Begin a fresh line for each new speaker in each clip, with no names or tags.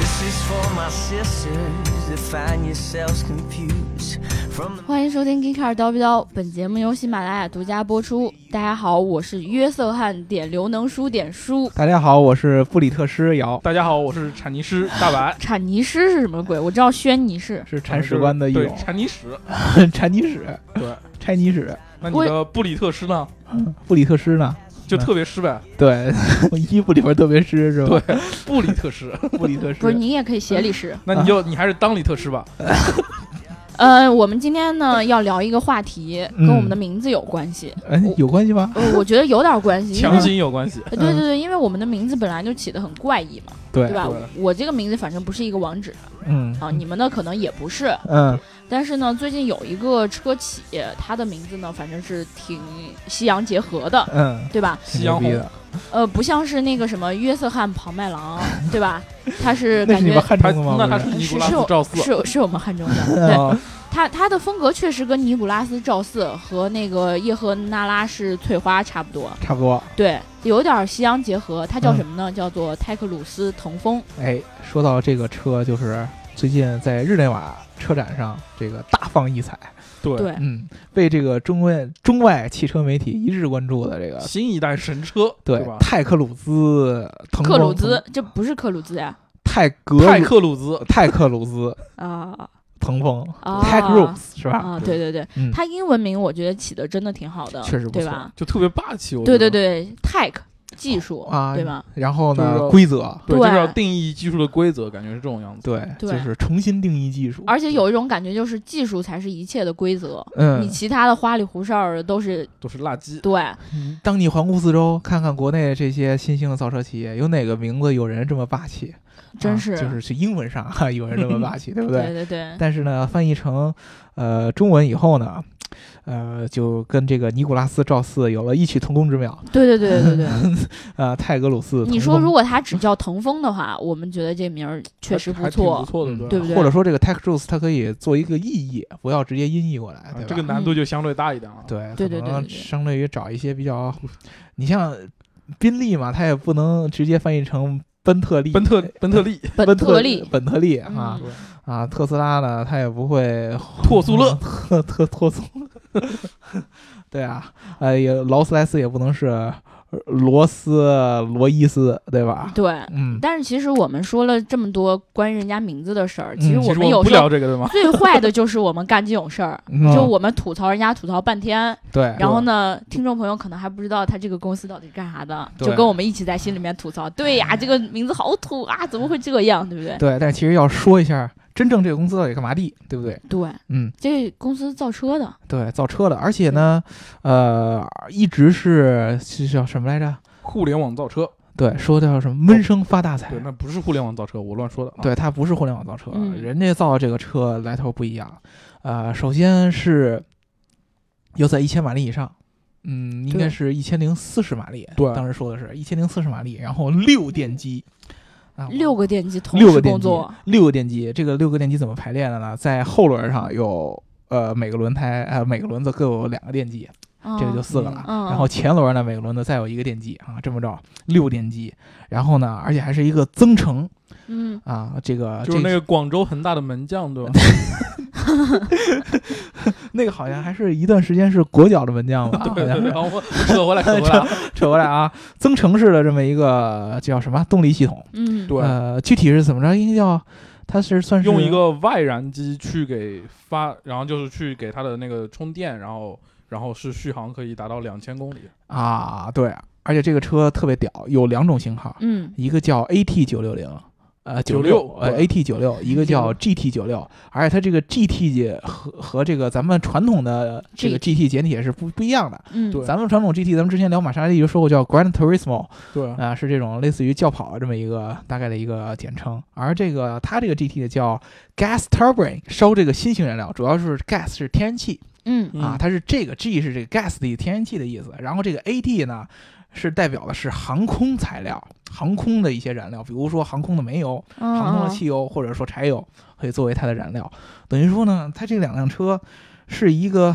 is for my sisters that find yourselves confused from the
欢迎收听《Geekcar 叨逼叨》，本节目由喜马拉雅独家播出。大家好，我是约瑟翰点刘能书点书。，
大家好，我是布里特师 瑶，
大家好，我是铲泥师大白
铲泥师是什么鬼？我知道轩泥师。
是铲屎官的一
对
种，
铲泥屎。
铲泥屎，
对，
拆泥屎。
那你的布里特师呢，
嗯
布里特师呢？
就特别师
啊
呗，
对， 我衣服里边特别湿是吧？
布里 特师。
对，布里特师
不是，你也可以写李师。
那你就你还是当里特师吧。
啊
呃，我们今天呢要聊一个话题，跟
嗯
我们的名字有关系。
哎有关系吗？
呃，我觉得有点关系，因为呃
强行有关系。
对对对，因为我们的名字本来就起得很怪异嘛，
对
对吧
对？
我这个名字反正不是一个网址
嗯
啊，你们呢可能也不是。
嗯
但是呢，最近有一个车企，它的名字呢，反正是挺西洋结合的，
嗯，
对吧？
挺
夕
牛
阳
逼
红
的，
呃，不像是那个什么约瑟翰庞麦郎，对吧？他是
那
感
是你
觉
们汉
他
中的吗？
那他
不
是
是
尼古拉斯赵四，
是是我们汉中 的，对
哦
他他的风格确实跟尼古拉斯赵四和那个叶赫那拉是翠花差不多，
差不多。
对，有点西洋结合。他叫
嗯
什么呢？叫做泰克鲁斯腾风。
哎，说到这个车，就是最近在日内瓦车展上这个大放异彩，
对，
对，
嗯，被这个中外中外汽车媒体一致关注的这个。
新一代神车，
对
吧？
泰克鲁兹，腾
克鲁
风
兹，这不是克鲁兹呀？
泰格
泰
鲁
克鲁兹，
泰克鲁兹
啊
腾风
啊
Tech Rooms 是吧？
啊！对对对
嗯，
他英文名我觉得起的真的挺好的，
确实不
对
错
吧？
就特别霸气。我觉
对
得
对，对，tech 技术
啊
对吧？
然后
就是
呢，
说
规则
对，
对
就是要定义技术的规则，感觉是这种样子。
对，
对
就是重新定义技术，
而且有一种感觉就是技术才是一切的规则，你
嗯，
其他的花里胡哨的都是
都是垃圾。
对，
当你环顾四周，看看国内这些新兴的造车企业，有哪个名字有人这么霸气？
真
啊
是
就是去英文上哈有人这么 霸气，对不
对对对，
但是呢，翻译成呃中文以后呢，呃，就跟这个尼古拉斯赵四有了异曲同工之妙。
对对对对对。
呃，泰格鲁斯腾风，
你说如果他只叫腾风的话，我们觉得这名儿确实
还
不
还挺不
错。
错的，
嗯
对不对
或者说这个 Tech Juice 它可以做一个意译，不要直接音译过来，
啊
对吧？
这个难度就相对大一点啊。
对
对对
可
对
能
对对
相对于找一些比较，你像宾利嘛，它也不能直接翻译成奔特利，
奔特奔特利，
本
奔
特
特
利，
本特利
嗯
啊啊，特斯拉呢，它也不会嗯
拓速乐
特特拓速乐， 对啊，呃，也劳斯莱斯也不能是呃罗斯罗伊斯，对吧？
对。
嗯，
但是其实我们说了这么多关于人家名字的事儿，其实
嗯
我
其实
们
我
有
们不
时候
聊这个对吗？
最坏的就是我们干这种事儿，
嗯
就我们吐槽人家吐槽半天，
对，
然后呢，听众朋友可能还不知道他这个公司到底是干啥的，
对哎
就跟我们一起在心里面吐槽，对呀、这个名字好土啊，怎么会这样，对不对？
对，但其实要说一下，真正这个公司到底干嘛的，对不对？
对，
嗯，
这公司造车的，
对，造车的，而且呢，呃，一直是是叫什么来着？
互联网造车，
对，说叫什么闷声发大财
对，。那不是互联网造车，我乱说的啊。
哎对，它不是互联网造车，
嗯
人家造的这个车来头不一样。呃，首先是要在一千马力以上，嗯，应
对
该是一千零四十马力。
对
当时说的是一千零四十马力，然后六电机，啊，
六个电机同
六
时
个电
工
机
作，，
六个电机，这个六个电机怎么排列的呢？在后轮上有呃每个轮胎呃每个轮子各有两个电机，
这
这个就四个了。
嗯
然后前轮呢，每个轮子再有一个电机啊，这么着六电机。然后呢，而且还是一个增程
嗯，
啊，这个
就是那
这
个广州恒大的门 将，对吧？
那个好像还是一段时间是国脚的门将 吧？好像是
然后我扯回来，扯回来啊，
扯过来啊，增程式的这么一个叫什么动力系统？
嗯，
对
呃，具体是怎么着？应该叫它是算是
用一个外燃机去给发，然后就是去给它的那个充电，然后然后是续航可以达到两千公里，
啊，对，而且这个车特别屌，有两种型号，
嗯，
一个叫 AT 九六零，呃，九
96
呃
对
，AT 九六，一个叫 GT 九六，而且它这个 GT 解和和这个咱们传统的这个 GT 简体是不不一样的。
嗯，
对
咱们传统 GT，咱们之前聊玛莎拉蒂就说过叫 Gran Turismo，啊、
对，
是这种类似于轿跑这么一个大概的一个简称。而这个它这个 GT 的叫 Gas Turbine，烧这个新型燃料，主要是 gas 是天然气
嗯，
嗯
啊，它是这个 G 是这个 gas 的天然气的意思，然后这个 AT 呢是代表的是航空材料，航空的一些燃料，比如说航空的煤油、
哦
嗯
航空
嗯
的汽油或者说柴油，可以作为它的燃料。等于说呢，它这两辆车是一个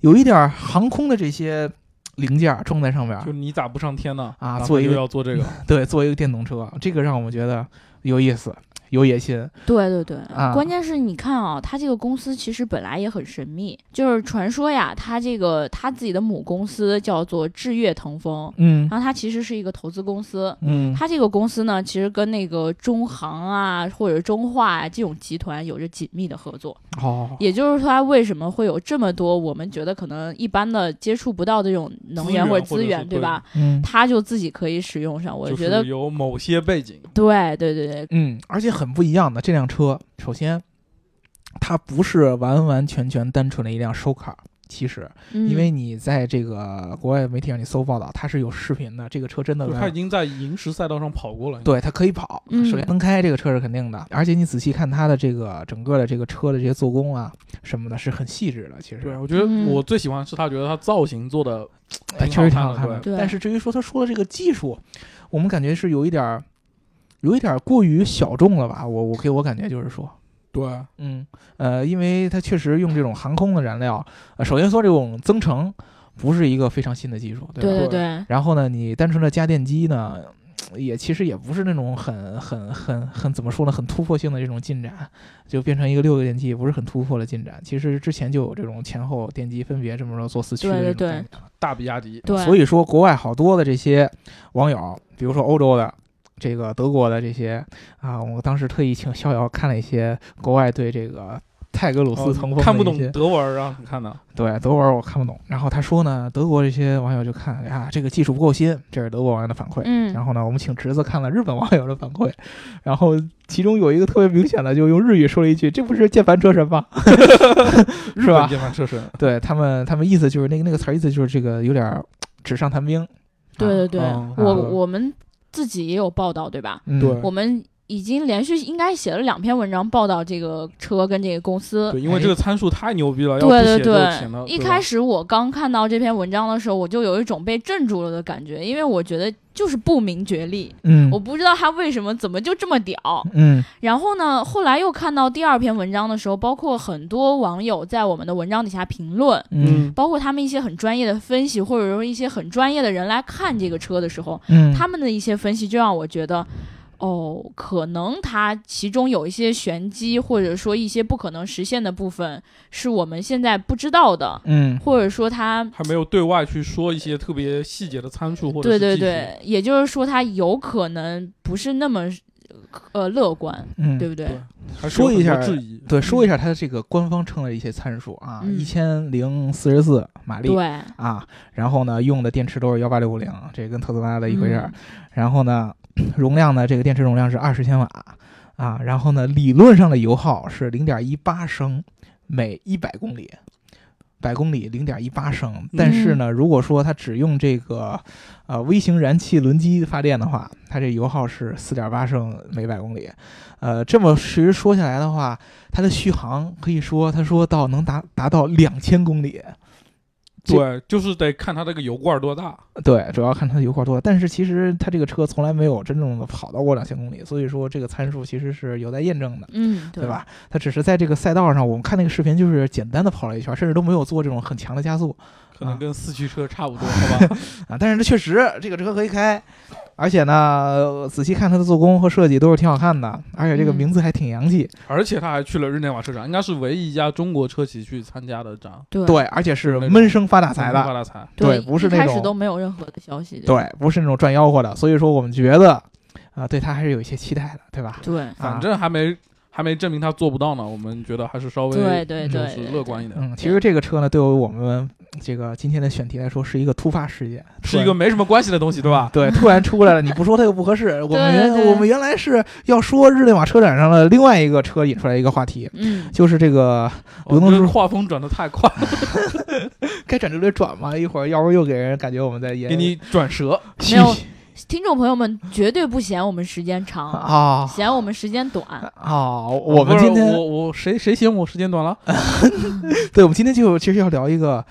有一点儿航空的这些零件儿装在上面儿
就，你咋不上天呢？
啊
然后
做一个
就要做这个，
啊对，做一个电动车，这个让我们觉得有意思。有野心，
对对对，
啊
关键是你看啊，他这个公司其实本来也很神秘，就是传说呀，他这个他自己的母公司叫做智越腾风，
嗯
然后他其实是一个投资公司。
嗯
他这个公司呢，其实跟那个中航啊或者中化啊这种集团有着紧密的合作，
哦，
也就是说，它为什么会有这么多我们觉得可能一般的接触不到的这种能源
资
或
源
者
或者
资
是
源，对
对
吧？
嗯
他就自己可以使用上，我
就
觉得
是有某些背景，
对对对对，
嗯，而且很不一样的这辆车，首先它不是完完全全单纯的一辆收卡，其实
嗯、
因为你在这个国外媒体上你搜报道，它是有视频的，这个车真的
就
能
他已经在银石赛道上跑过了。，
对，它可以跑，
嗯
首先能开，这个车是肯定的。而且你仔细看它的这个整个的这个车的这些做工啊什么的，是很细致的。其实
对，我觉得
嗯
我最喜欢是他觉得他造型做的
哎
挺
确实挺
好
好
看
看
的
的。
对
但是至于说他说的这个技术，我们感觉是有一点儿，有一点儿过于小众了吧？我我给我感觉就是说，
对，
嗯，呃，因为它确实用这种航空的燃料，呃，首先说这种增程不是一个非常新的技术，对吧？
对对
对
对，
然后呢，你单纯的家电机呢，也其实也不是那种很很很很怎么说呢，很突破性的这种进展，就变成一个六个电机，也不是很突破的进展。其实之前就有这种前后电机分别这么着做四驱的
对对
这种
对
概念了
大比亚迪，
对，
所以说，国外好多的这些网友，比如说欧洲的。这个德国的这些啊，我当时特意请逍遥看了一些国外对这个泰格鲁斯
哦
腾风、
看不懂德文儿啊，你看的，
对，德文我看不懂。然后他说呢，德国这些网友就看，哎呀，这个技术不够新，这是德国网友的反馈。
嗯
然后呢，我们请侄子看了日本网友的反馈，然后其中有一个特别明显的，就用日语说了一句：“这不是键盘车神吗？” 是吧？
键盘车身，
对他们，他们意思就是那个那个词儿，意思就是这个有点儿纸上谈兵。
对对
啊
对，
嗯
我
啊
我们自己也有报道，对吧？
嗯、
对
我们已经连续应该写了两篇文章报道这个车跟这个公司。
对，因为
哎
这个参数太牛逼了，要不
呃对对
写就行
对
了。，
一
对
开
吧
始我刚看到这篇文章的时候，我就有一种被镇住了的感觉，因为我觉得就是不明觉厉，
嗯
我不知道他为什么怎么就这么屌。
嗯
然后呢，后来又看到第二篇文章的时候，包括很多网友在我们的文章底下评论，
嗯
包括他们一些很专业的分析，或者说一些很专业的人来看这个车的时候，
嗯，
他们的一些分析就让我觉得，哦，可能它其中有一些玄机，或者说一些不可能实现的部分，是我们现在不知道的，
嗯
或者说它。
还没有对外去说一些特别细节的参数或者
对
是
对
技术，
对，也就是说，它有可能不是那么，呃，乐观，
嗯
对不对？
还是有
说一
很多
下
质疑，
对，说一下它的这个官方称的一些参数啊，
嗯
一千零四十四马力，
对，
啊，然后呢，用的电池都是幺八六五零，这跟特斯拉的一回事儿。
嗯
然后呢， 容量呢，这个电池容量是二十千瓦啊，然后呢，理论上的油耗是零点一八升每一百公里，百公里零点一八升。但是呢，如果说它只用这个呃微型燃气轮机发电的话，它这油耗是四点八升每百公里。呃，这么其实说下来的话，它的续航可以说，他说到能达达到两千公里。这
对，就是得看它这个油罐儿多大。
对，主要看它的油耗多。但是其实它这个车从来没有真正的跑到过两千公里，所以说这个参数其实是有待验证的，
嗯，
对？吧？它只是在这个赛道上，我们看那个视频就是简单的跑了一圈，甚至都没有做这种很强的加速
可能
啊
跟四驱车 差不多，好吧？
啊。但是它确实这个车可以开，而且呢，呃仔细看它的做工和设计都是挺好看的，而且这个
嗯
名字还挺洋气。
而且他还去了日内瓦车展，应该是唯一一家中国车企去参加的展，
对
对，而且是
那种
闷声发大财的，啊
发大财。
对不是
一
那
开始
种
都没有任何的消息。
对，不是那种赚吆喝的。所以说我们觉得啊、对它还是有一些期待的，对吧？
对
啊
反正还没还没证明他做不到呢，我们觉得还是稍微
对对
嗯
就
对
是
对，
乐观一点，
嗯，其实这个车呢，对于我们这个今天的选题来说，是一个突发事件，
是一个没什么关系的东西，对吧？
对突然出来了，你不说它又不合适。我们
对
原
对
我们原来是要说日内瓦车展上的另外一个车引出来一个话题，
嗯，
就是这个
我
刘东
们这
叔
哦画风转的太快，
哎该转就得转嘛，一会儿要不又给人感觉我们在演
给你转折。
嘘
没有听众朋友们绝对不嫌我们时间长，
啊
嫌我们时间 短。
啊！我
不
们
是
今天
我我谁谁嫌我时间短了？
对，我们今天就其实要聊一个。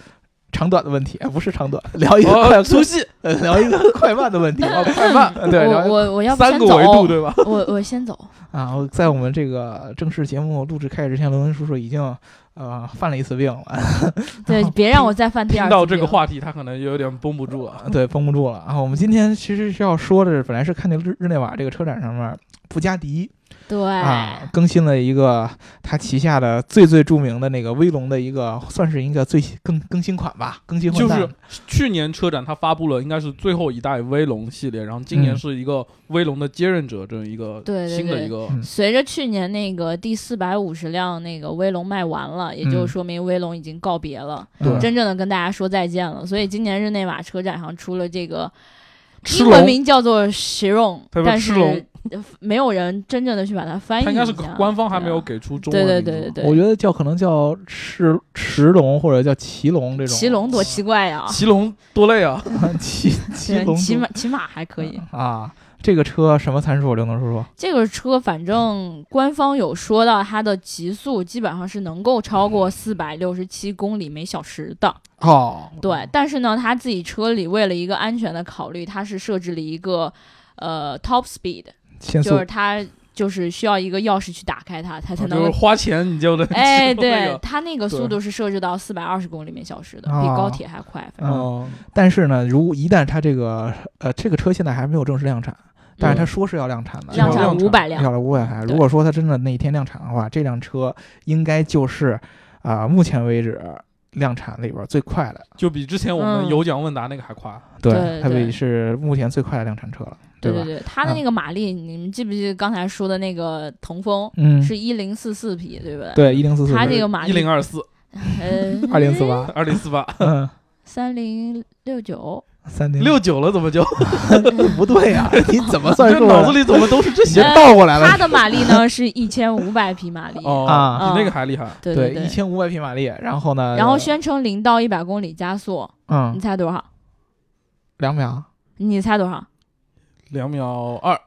长短的问题，哎不是长短，聊一个
哦
快
粗细，
呃聊一个快慢的 问题，
哦快慢，
对，聊
我
一个
我我要不
三
先
个维度，
走，哦
对吧？
我我先 走。
啊，我在我们这个正式节目录制开始之前，罗文叔叔已经呃犯了一次病了，
对，别让我再犯第二次。
听到这个，话题，他可能有点绷不住了。
对，绷不住了啊。我们今天其实是要说的，本来是看见日日内瓦这个车展上面，布加迪
对，
啊，更新了一个它旗下的最最著名的那个威龙的一个，算是一个最新更更新款吧，更新换
就
代。
是去年车展它发布了应该是最后一代威龙系列，然后今年
嗯
是一个威龙的接任者这么一个
对对
新的
对
一个
嗯
随着去年那个第四百五十辆那个威龙卖完了，也就
嗯
说明威龙已经告别了，
嗯
对
嗯真正的跟大家说再见了。所以今年日内瓦车展上出了这个
吃
英文
龙，
名叫做 Shiron，
它叫
但
吃龙
是呃没有人真正的去把它翻译一
它
下。
应该是官方还没有给出中
对
文
对
名字。
对对
我
对，
觉得叫可能叫驰驰龙或者叫骑龙这种。
骑 龙
啊
多奇怪呀、
骑龙多累啊！
骑骑
对
龙
骑
多
马骑马还可以。
嗯
啊。这个车什么参数？刘能叔叔
这个车反正官方有说到它的极速基本上是能够超过四百六十七公里每小时的，
哦，
对。但是呢，他自己车里为了一个安全的考虑，它是设置了一个呃 top speed，
限
就
速
是它就是需要一个钥匙去打开它，它才
哦就是
能。
花钱你就能
哎，
骑那
对
个，
它那个速
对
度是设置到四百二十公里每小时的，比
哦
高铁还快。反正
哦，
但是呢，如一旦它这个呃这个车现在还没有正式量产，但是它说是要量产的，
量
产
产五百辆
要，了五百台。
对
如果说它真的那一天量产的话，这辆车应该就是啊、目前为止量产里边最快的，
就比之前我们
嗯
有奖问答那个还快。
对
它
对
比是目前最快的量产车了，
对
吧？
对，它的那个马力，你们记不记得刚才说的那个腾风
嗯，
是一零四四匹，对不对？
对一零四四，
它这个马
一
力
零二四、
呃，
二零四八，
二零四八、
嗯，
三零六九，
三零
六九了，怎么就？
不对 呀、你怎么算
这
数
脑子
的？
里怎么都是这
你
些
这倒过来
它
了。
的马力呢是一千五百匹马力，
哦
啊
比那个还厉害。
对
一
对。
千五百匹马力，然后呢？
然后宣称零到一百公里加速，你
嗯，
猜多少？
两秒，
你猜多少？
两秒二，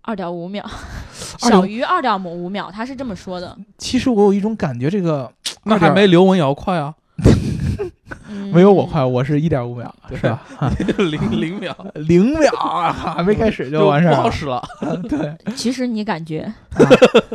二点五秒，
2.5
小于二点五秒，他是这么说的。
其实我有一种感觉，这个
那还没刘文瑶快啊，
嗯
没有我快，我是一点五秒，是吧？
零零 秒
零秒 啊，还没开始就完事
不
儿
好
了。
使了。
对，
其实你感 觉，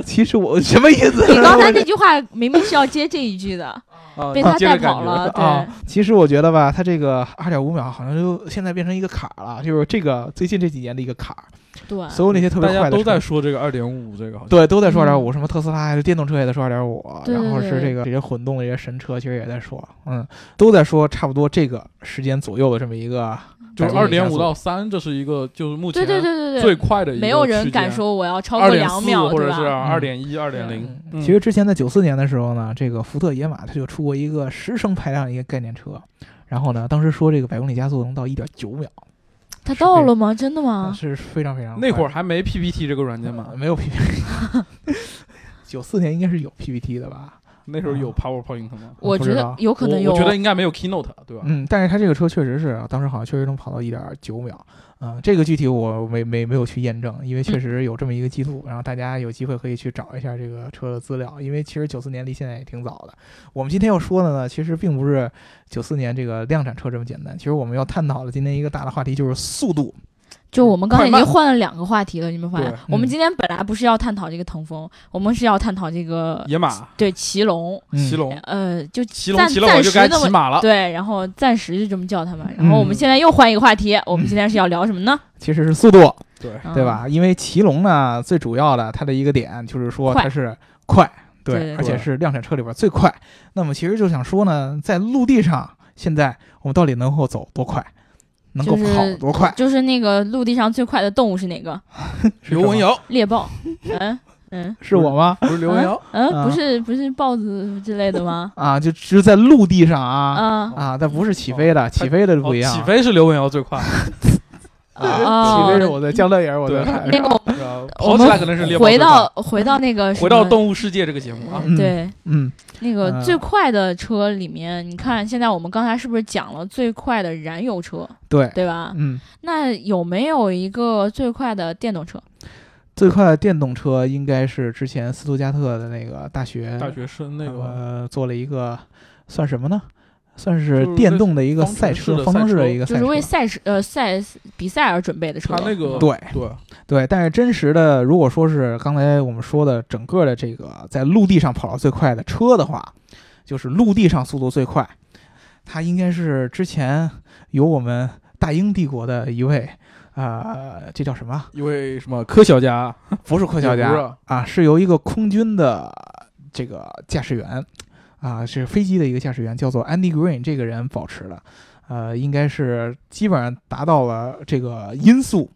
其实我什么意思？
你刚才那句话明明是要接这一句的，
啊
被
你
他
接
带
着感
跑
觉
了。
啊
对，，
其实我觉得吧，它这个二点五秒好像就现在变成一个坎儿了，就是这个最近这几年的一个坎儿，
对，
所有那些特别
啊大
快的
家都
车
在说这个二点五这个好像。
对，都在说
嗯
二点五，什么特斯拉呀，电动车也在说二点五，
对对
然后是
对
这个这些混动的这些神车，其实也在说，嗯，都在说差不多这个时间左右的这么一个，
嗯就是
对
二点五到三，这是一个就是目前
对对对对
最
对，
快的一个区间，
没有人敢说我要超过
二点
两
四
秒，
或
对
者是
吧？
二点一、二点
嗯
零。嗯
其实之前在九四年的时候呢，这个福特野马它就出过一个十升排量的一个概念车，然后呢，当时说这个百公里加速能到一点九秒，
他到了吗？真的吗？
是非常非常
啊那会儿
快
还没 PPT 这个软件
的
嘛，
嗯
没有 PPT，九 四年应该是有 PPT 的吧？
那时候有 PowerPoint 吗？
我
不
觉
知
得
道
有可能有，
我我觉得应该没有 Keynote，对吧？
嗯，但是它这个车确实是，当时好像确实能跑到一点九秒，嗯、这个具体我没没没有去验证，因为
嗯
确实有这么一个记录，然后大家有机会可以去找一下这个车的资料，因为其实九四年离现在也挺早的。我们今天要说的呢，其实并不是九四年这个量产车这么简单，其实我们要探讨的今天一个大的话题就是速度，
就我们刚才已
嗯快
经
慢
换了两个话题了，你们发现
对？
我们
嗯
今天本来不是要探讨这个腾风，我们是要探讨这个
野马、
对骑龙，
嗯
骑嗯龙、
呃，就
骑龙、
暂
骑了我
暂
就
时
该
那
骑
么
马了。
对，然后暂时就这么叫他们。然后我们
嗯
现在又换一个话题，我们今天是要聊什么呢？
其实是速度，
嗯对，
嗯
对？吧？因为骑龙呢，最主要的它的一个点就是说
快
它是快，
对对
而且
对
是量产车里边最快。那么其实就想说呢，在陆地上，现在我们到底能够走多快，能够
就是
跑多快？
就是那个陆地上最快的动物是哪个？
是
刘
什么
文瑶
猎 豹。嗯嗯
是我吗？
不是刘文瑶，
嗯，
啊
不是不是豹子之类的吗？
啊，就只是在陆地上啊
啊
啊，但不是起飞的，起飞的就不
哦
一样。
起飞是刘文瑶最快，
啊，
哦
起飞是我在江乐也是我在
对
看。
那个我
是吧
我
跑起
们
来可能是猎豹
回
最快
到回到那个什
回到
么
动物世界这个节目啊，
嗯
对。
嗯，
那个
嗯
最快的车里面，你看现在我们刚才是不是讲了最快的燃油车，
对，
对吧？
嗯，
那有没有一个最快的电动车？
最快的电动车应该是之前斯图加特的那个大学
大学生那
那
个
个呃做了一个算什么呢？算
就是是
电
类
动的一个
方程
赛
式
车，
的
方
赛
程式
车
的一
就
个赛
是
车
为。赛事呃赛比赛而准备的车。
他那个
对
对
对，但是真实的，如果说是刚才我们说的整个的这个在陆地上跑到最快的车的话，就是陆地上速度最快，它应该是之前有我们大英帝国的一位呃，这叫什 么？
一位什么科学家，
不是科学
也不
家
是
啊，是由一个空军的这个驾驶员啊，是飞机的一个驾驶员，叫做 Andy Green 这个人保持的。呃，应该是基本上达到了这个音速，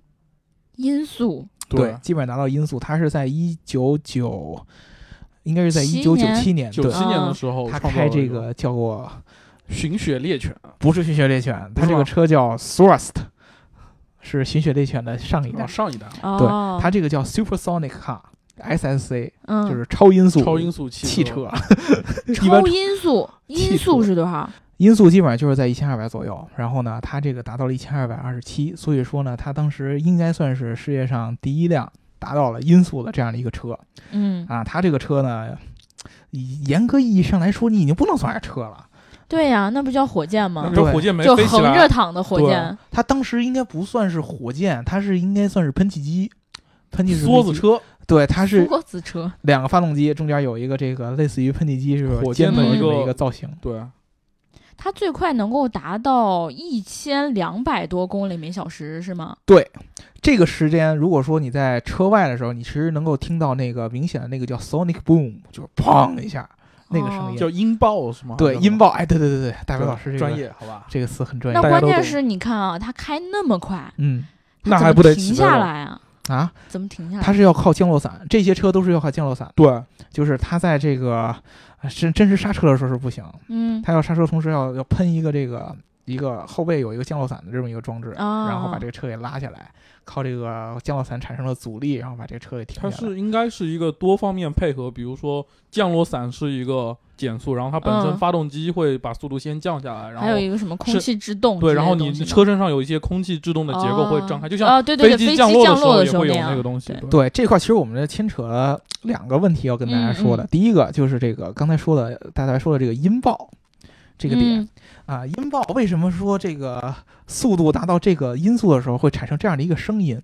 因素
对，基本上达到音速。他是在一九九，应该是在一
七
九九
年
七年，
九
对，
七年的时候
他
创造了
开这
一
个嗯叫过
寻雪猎犬，
不是寻雪猎犬，它
是
这
吗
个车叫 Thrust，是寻雪猎犬的上一代
啊，。上一代
哦，
它这个叫 Supersonic Car，SSC，
嗯
就是超音速
超音速汽
汽车。 一般
超音速，音速是多少？
音速基本上就是在一千二百左右，然后呢，它这个达到了一千二百二十七，所以说呢，它当时应该算是世界上第一辆达到了音速的这样的一个车
嗯，
啊。它这个车呢，以严格意义上来说，你已经不能算是车了。
对呀、那不叫火箭
那
吗
时？候
对
火箭没
就
飞起
横
来
着，躺的火
啊
箭，
它当时应该不算是火箭，它是应该算是喷气机，喷气式
梭
飞
子
机。
车，
对，它是
梭子车，
两个发动机，中间有一个这个类似于喷气机是吧
火箭
的
尖
一
头
个
的一个造型。
对，
它最快能够达到一千两百多公里每小时，是吗？
这个时间，如果说你在车外的时候，你其实能够听到那个明显的那个叫 sonic boom，就是砰一下那个声音。
叫音爆是吗？
对，音
爆，
爆，哎，对对对对，大伟老师这个
专，业好吧？
这个词很专
那
业。
大家
关
都
键
懂
是你看啊，它开那么快，
嗯
它
那
怎
还
么
不得起
停
飞
下
了
来啊？
啊，
怎么停下来？
它是要靠降落伞，这些车都是要靠降落伞，
对，
就是它在这个呃真真实刹车的时候是不行，
嗯，
它要刹车同时要要喷一个这个一个后背有一个降落伞的这么一个装置，
啊
然后把这个车给拉下来，靠这个降落伞产生了阻力，然后把这个车给停
它
下来。
是应该是一个多方面配合，比如说降落伞是一个减速，然后它本身
嗯
发动机会把速度先降下来，然
还有
后
一个什么空
是
气制动之
对，
类的
然后
哦东西吗，
你车身上有一些空气制动的结构会张开，
哦
就像
哦对对对，
机
机
降
落
的时候也
候
会有
样
那个东西
对，
对
对这块，其实我们这牵扯了两个问题要跟大家说的。
嗯
第一个就是这个刚才说的，大家说的这个音爆这个点、
嗯
啊，音爆为什么说这个速度达到这个音速的时候会产生这样的一个声音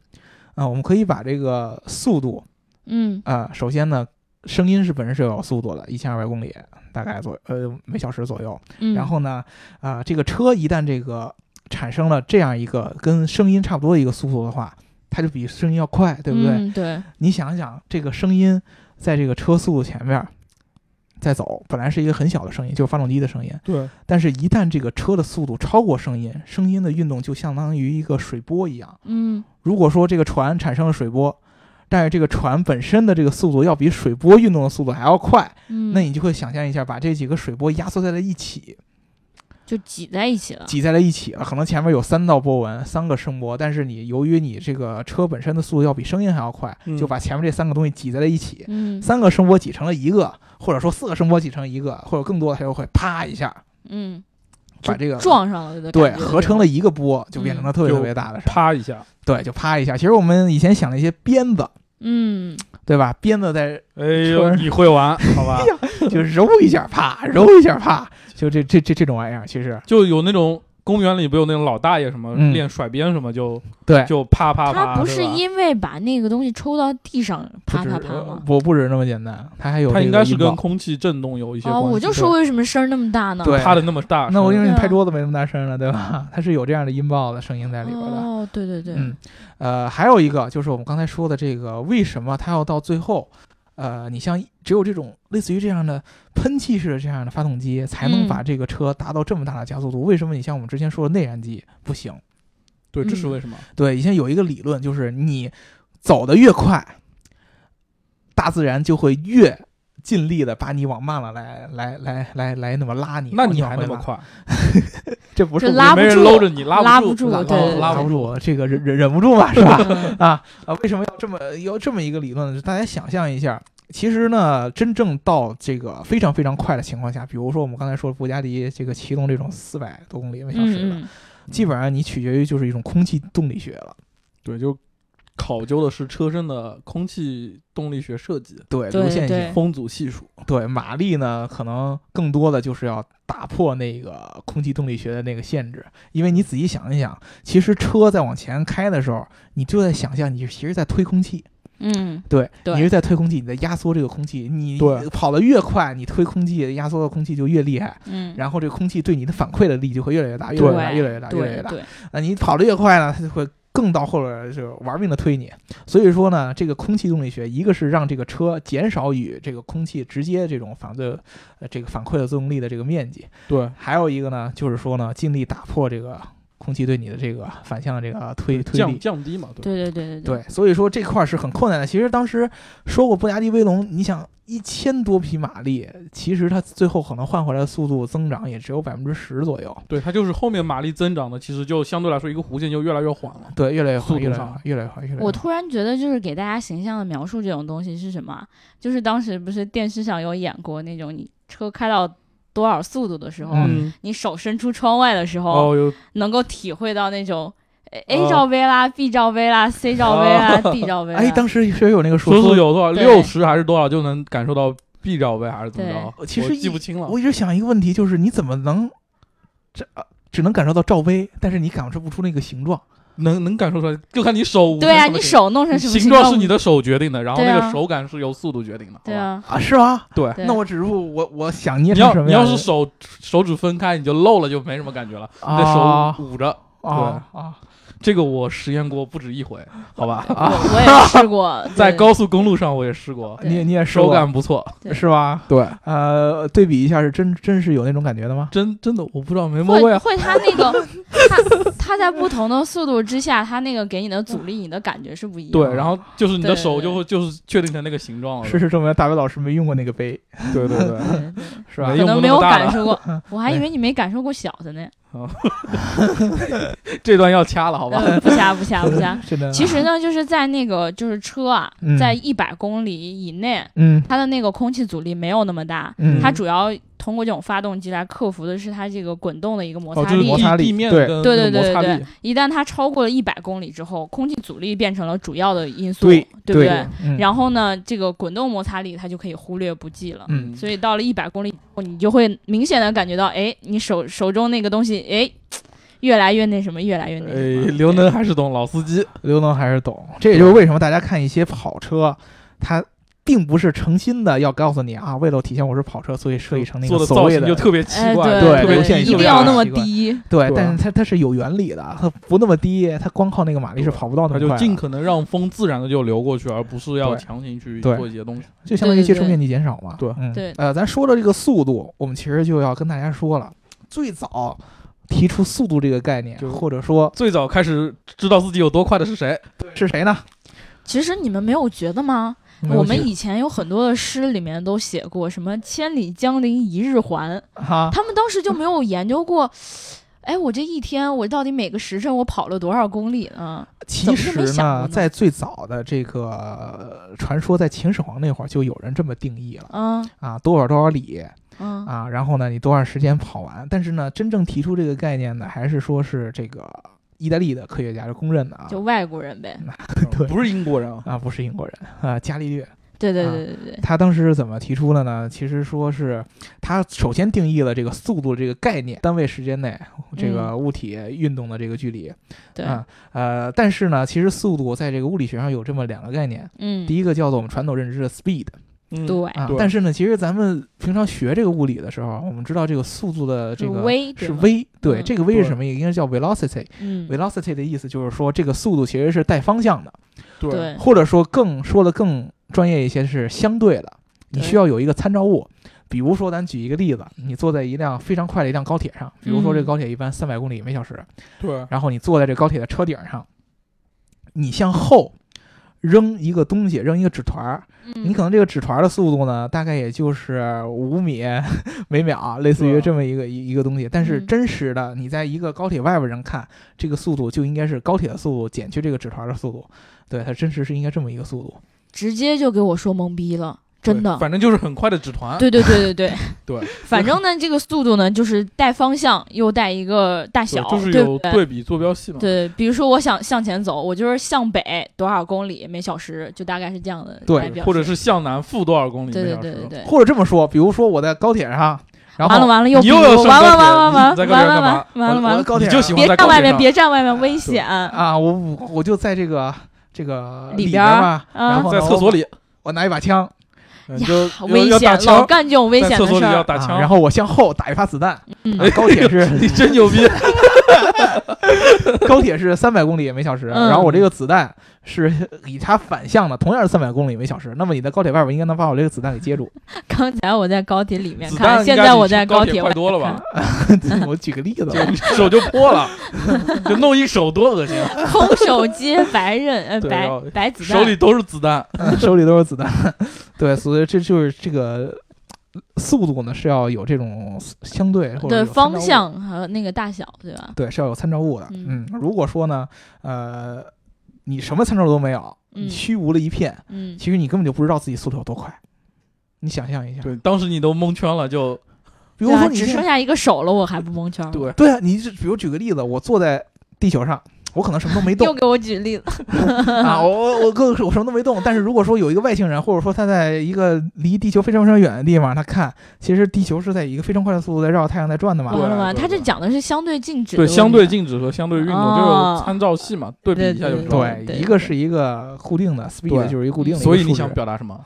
啊？我们可以把这个速度
嗯
啊，首先呢，声音是本身是有速度的，一千二百公里大概左呃每小时左右。
嗯，
然后呢，啊、这个车一旦这个产生了这样一个跟声音差不多的一个速度的话，它就比声音要快，对不对？
嗯对，
你想一想，这个声音在这个车速度前面在走，本来是一个很小的声音，就是发动机的声音，
对，
但是一旦这个车的速度超过声音，声音的运动就相当于一个水波一样。
嗯
如果说这个船产生了水波，但是这个船本身的这个速度要比水波运动的速度还要快，
嗯，
那你就会想象一下，把这几个水波压缩在了一起，
就挤在一起了，
挤在了一起了。可能前面有三道波纹，三个声波，但是你由于你这个车本身的速度要比声音还要快，
嗯
就把前面这三个东西挤在了一起，
嗯
三个声波挤成了一个，或者说四个声波挤成一个，或者更多的，它就会啪一下
嗯，
把这个
撞上了的
对
感觉嗯
合成了，一个波，就变成了特别
就
特别大的声，
啪一 下，
对，就啪一下。其实我们以前想了一些鞭子，
嗯，
对吧？鞭子 在
哎
车
呦，你会玩 好吧？
哎就揉一下啪，揉一下啪，就这这这这种玩意儿，其实
就有那种公园里不有那种老大爷什么
嗯哎
练甩鞭什么，就
对，
就啪啪啪，
他不是
对吧
因为把那个东西抽到地上
不
啪
止呃
啪啪吗？
不不止那么简单，它还有
它
这
应
个
该是
引爆
跟空气震动有一些
哦，
关系。
我就说为什么声儿那么大呢？
对
啪的那么大声，
那我因为
对啊
拍桌子没那么大声了，对吧？它是有这样的音爆的声音在里边的。
哦，对对对，
嗯，呃，还有一个就是我们刚才说的这个，为什么它要到最后，呃，你像只有这种类似于这样的喷气式的这样的发动机，才能
嗯
把这个车达到这么大的加速度？为什么你像我们之前说的内燃机不行？
对，这是
嗯
为什么？
对，以前有一个理论，就是你走得越快，大自然就会越尽力的把你往慢了来来来来来那么拉你，
那
往
你
往
还
回
那么
拉，
快，
这不是
这
我
拉不
没人
住
搂着你，
拉
不
不住
拉
对对对
拉
拉
不
不
住。
住，这个忍忍忍不住嘛，是吧？
嗯
啊啊，为什么要这么有这么一个理论？大家想象一下，其实呢，真正到这个非常非常快的情况下，比如说我们刚才说的布加迪这个启动这种四百多公里每小时的，
嗯嗯，
基本上你取决于就是一种空气动力学了。
对，就考究的是车身的空气动力学设计、
对，
对
流线
对
型，
风阻系数。
对马力呢，可能更多的就是要打破那个空气动力学的那个限制，因为你仔细想一想，其实车在往前开的时候，你就在想象你其实在推空气，
嗯，
对，
对
你是在推空气，你在压缩这个空气，你
对
跑得越快，你推空气压缩的空气就越厉害，
嗯，
然后这个空气对你的反馈的力就会越来越大，越
对
来越大，越来越大，越来越
对
大。
对，
那你跑得越快呢，它就会更到后来就是玩命的推你。所以说呢，这个空气动力学，一个是让这个车减少与这个空气直接这种反对呃这个反馈的作用力的这个面积，
对，
还有一个呢就是说呢，尽力打破这个空气对你的这个反向的这个推推
降
力。
降低嘛，对，
对对对对
对，所以说这块儿是很困难的。其实当时说过布加迪威龙，你想一千多匹马力，其实它最后可能换回来的速度增长也只有百分之十左右。
对，它就是后面马力增长的，其实就相对来说一个弧线就越来越缓了。
对，越来越好，
速度
越来越
上
好，越来越好，越来越
我
好。
突然觉得，就是给大家形象的描述这种东西是什么啊？就是当时不是电视上有演过那种，你车开到多少速度的时候，
嗯，
你手伸出窗外的时候，
哦，有
能够体会到那种呃 A
哦
罩杯啦、B 罩杯啦、C 罩杯啦、D 罩杯啦。
哎，当时确实有那个数
说
字
是。有多少
对
六十还是多少就能感受到 B 罩杯还是怎么着？
对其实
我
一
记不清了。
我一直想一个问题，就是你怎么能这、呃只能感受到罩杯，但是你感受不出那个形状？
能能感受出来，就看你手
对啊，
无论什么
你手弄成什么
形状是你的哦手决定的，然后
对
那
啊
个手感是由速度决定的。
对
好吧，
啊，
啊，是吗？
对。
对
那我只是我我想捏
你
成
要
什么
你要
样
是
子？
手手指分开，你就漏了，就没什么感觉了。你的
啊
手捂着，
啊啊，
这个我实验过不止一回，好吧？
我 我也试过
在
对
高速公路上我也试过，
对
你也你也试
手
过
感不错。
对
是吧？
对，
呃，对比一下，是真真是有那种感觉的吗？
真真的我不知道没摸过
会
呀。
会它那个它它在不同的速度之下，它那个给你的阻力，你的感觉是不一样的。
对，然后就是你的
对
手
对
就会就是确定成那个形状了。
事实证明，大伟老师没用过那个杯，
对对 对，
对对
是吧
没？
可
用
能
不
没
那
有
么大
感
了
受 过，我还以
对
为你没感受过小的呢。
这段要掐了，好吧？
呃不瞎不瞎不 瞎。
真的。
其实呢，就是在那个就是车啊，
嗯
在一百公里以内，
嗯
它的那个空气阻力没有那么大，
嗯，
它主要通过这种发动机来克服的是它这个滚动的一个摩
哦，
擦
就是
力。
摩擦
地
力
地面
对
跟
对
那个
对对
摩擦
对
力，
一旦它超过了一百公里之后，空气阻力变成了主要的因素，
对
不
对
对？
嗯
然后呢，这个滚动摩擦力它就可以忽略不计了。
嗯
所以到了一百公里以后，你就会明显的感觉到，哎，你手手中那个东西，哎，越来越那什么，越来越那什么。
哎，刘能还是懂老司机，
刘能还是懂，这也就是为什么大家看一些跑车，他并不是诚心的要告诉你啊，为了体现我是跑车，所以设计成那
做
个
的
所
造
谓
型就
的
特别奇
哎，
怪，
对
特
流线
别
对，
型
一
奇
定
怪
要
的
那么
习惯
低。
对，
对
但是它它是有原理的，它不那么低，它光靠那个马力是跑不到那
它
么
就
快
尽
的，
可能让风自然的就流过去，而不是要
对
强行去
对
做一些东西。
就相当于
对对
接触
对
面积减少嘛。
对
嗯
对
呃，咱说了这个速度，我们其实就要跟大家说了，最早提出速度这个概念
就，
或者说
最早开始知道自己有多快的是谁？
是谁呢？
其实你们没有觉得吗？我们
以
以前有很多的诗里面都写过什么“千里江陵一日还
哈”，
他们当时就没有研究过，哎，我这一天我到底每个时辰我跑了多少公里呢？
其
怎么就没
实
想过
呢，
呢
在最早的这个呃传说，在秦始皇那会儿就有人这么定义了
嗯
啊，多少多少里
嗯，
啊，然后呢，你多少时间跑完？但是呢，真正提出这个概念的，还是说是这个意大利的科学家是公认的啊，
就外国人呗。
对
不是英国人啊，
啊，不是英国人啊，伽利略，
对对
啊
对对对，
他当时是怎么提出的呢？其实说是他首先定义了这个速度这个概念，单位时间内
嗯
这个物体运动的这个距离、
对，
啊，呃，但是呢，其实速度在这个物理学上有这么两个概念。
嗯，哎
第一个叫做我们传统认知的 speed
嗯，
对，
啊
对，
但是呢，其实咱们平常学这个物理的时候，我们知道这个速度的这个
微
是，
对吧
v，对，
嗯
这个 v
对
是什么？也应该叫 velocity。
嗯，
velocity 的意思就是说，这个速度其实是带方向的，
对，
对，
或者说更说的更专业一些是相对的，你
对
需要有一个参照物。比如说，咱举一个例子，你坐在一辆非常快的一辆高铁上，比如说
嗯
这个高铁一般三百公里每小时，
对，
然后你坐在这高铁的车顶上，你向后扔一个东西，扔一个纸团儿，你
嗯
可能这个纸团儿的速度呢，大概也就是五米 每秒，类似于这么一个一一个东西。但是
嗯
真实的，你在一个高铁外边人看，这个速度就应该是高铁的速度减去这个纸团儿的速度。对，它真实是应该这么一个速度。
直接就给我说懵逼了，真的
对。反正就是很快的纸团，
对对对对对
对，
反正呢，这个速度呢，就是带方向又带一个大
对
小，
就是
对
有
不对？
对比坐标系嘛。
对，比如说我想向前走，我就是向北多少公里每小时，就大概是这样的
对
来表示
或者是向南负多少公里
对
每
对
小
对对
时？
对。
或者这么说，比如说我在高铁上，然
完了
后
完了又
你
逼
又
我
要
完
上
完
高铁
完完完
你
完
在
完
高铁干嘛
完完了
我
完
我在
了！
高铁
你就喜欢
别
在
站
高
外面，
铁啊上
别站外面，危险！
啊，我我我就在这个这个
里
里
边
边
儿
吧，
啊
然后
在
呢
厕所，里，
我我拿一把枪，
嗯
呀
就要
危
要打
险，老
枪，
干这种危
在
险
厕
的
所里
事
要
儿。
打
啊
枪，
然后我向后打一发子弹。
嗯
啊高铁是
你真牛逼！
高铁是三百公里每小时，
嗯
然后我这个子弹是以它反向的，同样是三百公里每小时，那么你的高铁外边应该能把我这个子弹给接住。
刚才我在高铁里面
子
看，
弹
现
应该
在
比
我在
高
铁
快
外
多了吧
看？？
我举个例子吧，
就手就 破了，就弄一手多恶心，
空手接白刃，呃，
对
白
要
白子
手
弹
里，都是子弹。
嗯手里都是子弹。对，所以这就是这个呃速度呢是要有这种相对或者
对
有参照
方
物
向和那个大小，对吧？
对，是要有参照物的。
嗯
嗯，如果说呢，呃，你什么参照物都没有，
嗯
你虚无了一片，
嗯，
其实你根本就不知道自己速度有多快。你想象一下，
对，当时你都蒙圈了，就
比
对
如
啊，
说你
只
现
剩下一个手了，我还不蒙圈儿。
对
对啊，你就比如举个例子，我坐在地球上，我可能什么都没
又
动
给我举例子，
啊，我我我更我什么都没动。但是如果说有一个外星人，或者说他在一个离地球非常非常远的地方，他看，其实地球是在以一个非常快的速度在绕太阳在转的嘛。
懂了
对
吗？
对
他这
对
讲的是相对静止的
对
问题，
相对静止和相对运动就
哦
有参照系嘛，对比一下就知道了。
对，
对
一个是一个固定的
对
speed，就是一个固定的一个数值。
所以你想表达什么？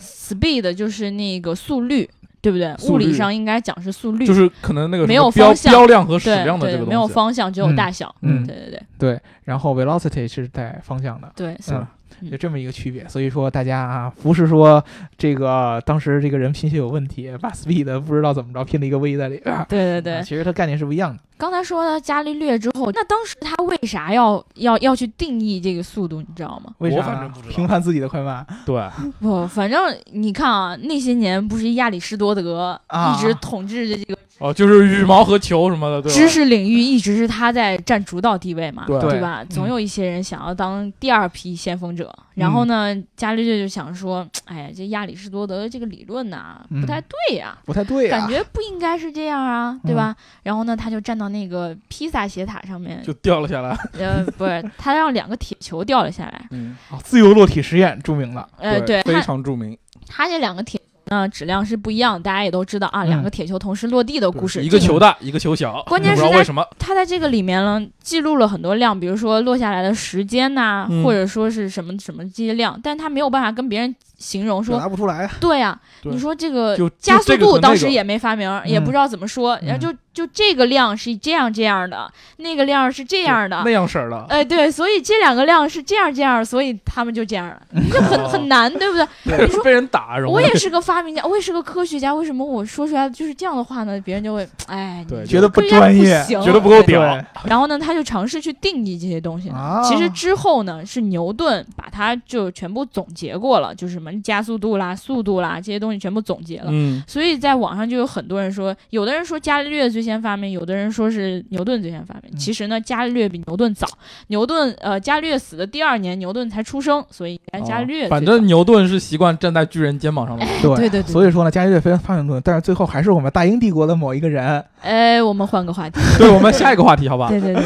，speed 就是那个速率，对不对？
速
物理
率
上应该讲是速率，
就是可能那个什么
没有
标
方向
标量和矢
对
量的
对，
这个
没有
东西。
方向，只有
嗯
大小。
嗯
对对对
对，然后 velocity 是带方向的，
对，
嗯，
嗯
有这么一个区别。所以说大家啊，不是说这个当时这个人拼写有问题，把 speed 不知道怎么着拼了一个 v 在里边儿。
对对
啊
对，
嗯
其实它概念是不一样的。
刚才说到伽利略之后，那当时他为啥要要要去定义这个速度，你知道吗？
为啥
我
呢？
反正不知道
评判自己的快慢，
对，
不，反正你看啊，那些年不是亚里士多德
啊
一直统治着这个
哦，就是羽毛和球什么的，对吧？
知识领域，一直是他在占主导地位嘛，
对
对
吧？
嗯
总有一些人想要当第二批先锋者，然后呢，伽利略就想说，哎呀，这亚里士多德这个理论呐、
嗯
不太对呀、
不太对啊。
感觉不应该是这样啊，对吧？然后呢，他就站到那个披萨斜塔上面
就，掉了下来。
呃，不是，他让两个铁球掉了下来，
嗯，
啊自由落体实验著名了，
呃，对，
非
他
常著名，
他这两个铁球呢质量是不一样的，大家也都知道啊，
嗯
两个铁球同时落地的故事，
一个
这
球大，一个球小，
关键
不
是
知道
在
为什么。
它在这个里面呢，记录了很多量，比如说落下来的时间呐、
嗯
或者说是什么什么这些量，但它没有办法跟别人形容
表
说，
达不出来啊。
对呀、
对
你说这个
就
加
就
速
这个
度
和
当
那
时
个嗯
也没发明，也不知道怎么说，然后就就这个量是这样这样的，那个量是这样的
那，样式儿 的，
哎，对，所以这两个量是这样这样，所以他们就这样 了，这很很难，对不对？你说
被人打，容易
我也是个发明家，我也是个科学家，为什么我说出来就是这样的话呢？别人就会，哎，
对
你
觉
得
科
不
学家
专业
行
觉得不够
对
屌
然后呢，他就尝试去定义这些东西。
啊，
其实之后呢，是牛顿把它就全部总结过了，就是什么加速度啦、速度啦这些东西全部总结了。
嗯，
所以在网上就有很多人说，有的人说伽利略最先发明，有的人说是牛顿最先发明。
嗯
其实呢，伽利略比牛顿早，牛顿呃，伽利略死的第二年，牛顿才出生，所以应该伽利略最早、
哦反正牛顿是习惯站在巨人肩膀上的，
对
对对对
所以说呢，伽利略非常发明论，但是最后还是我们大英帝国的某一个人
哎，我们换个话题。
对，我们下一个话题好吧？
对对对。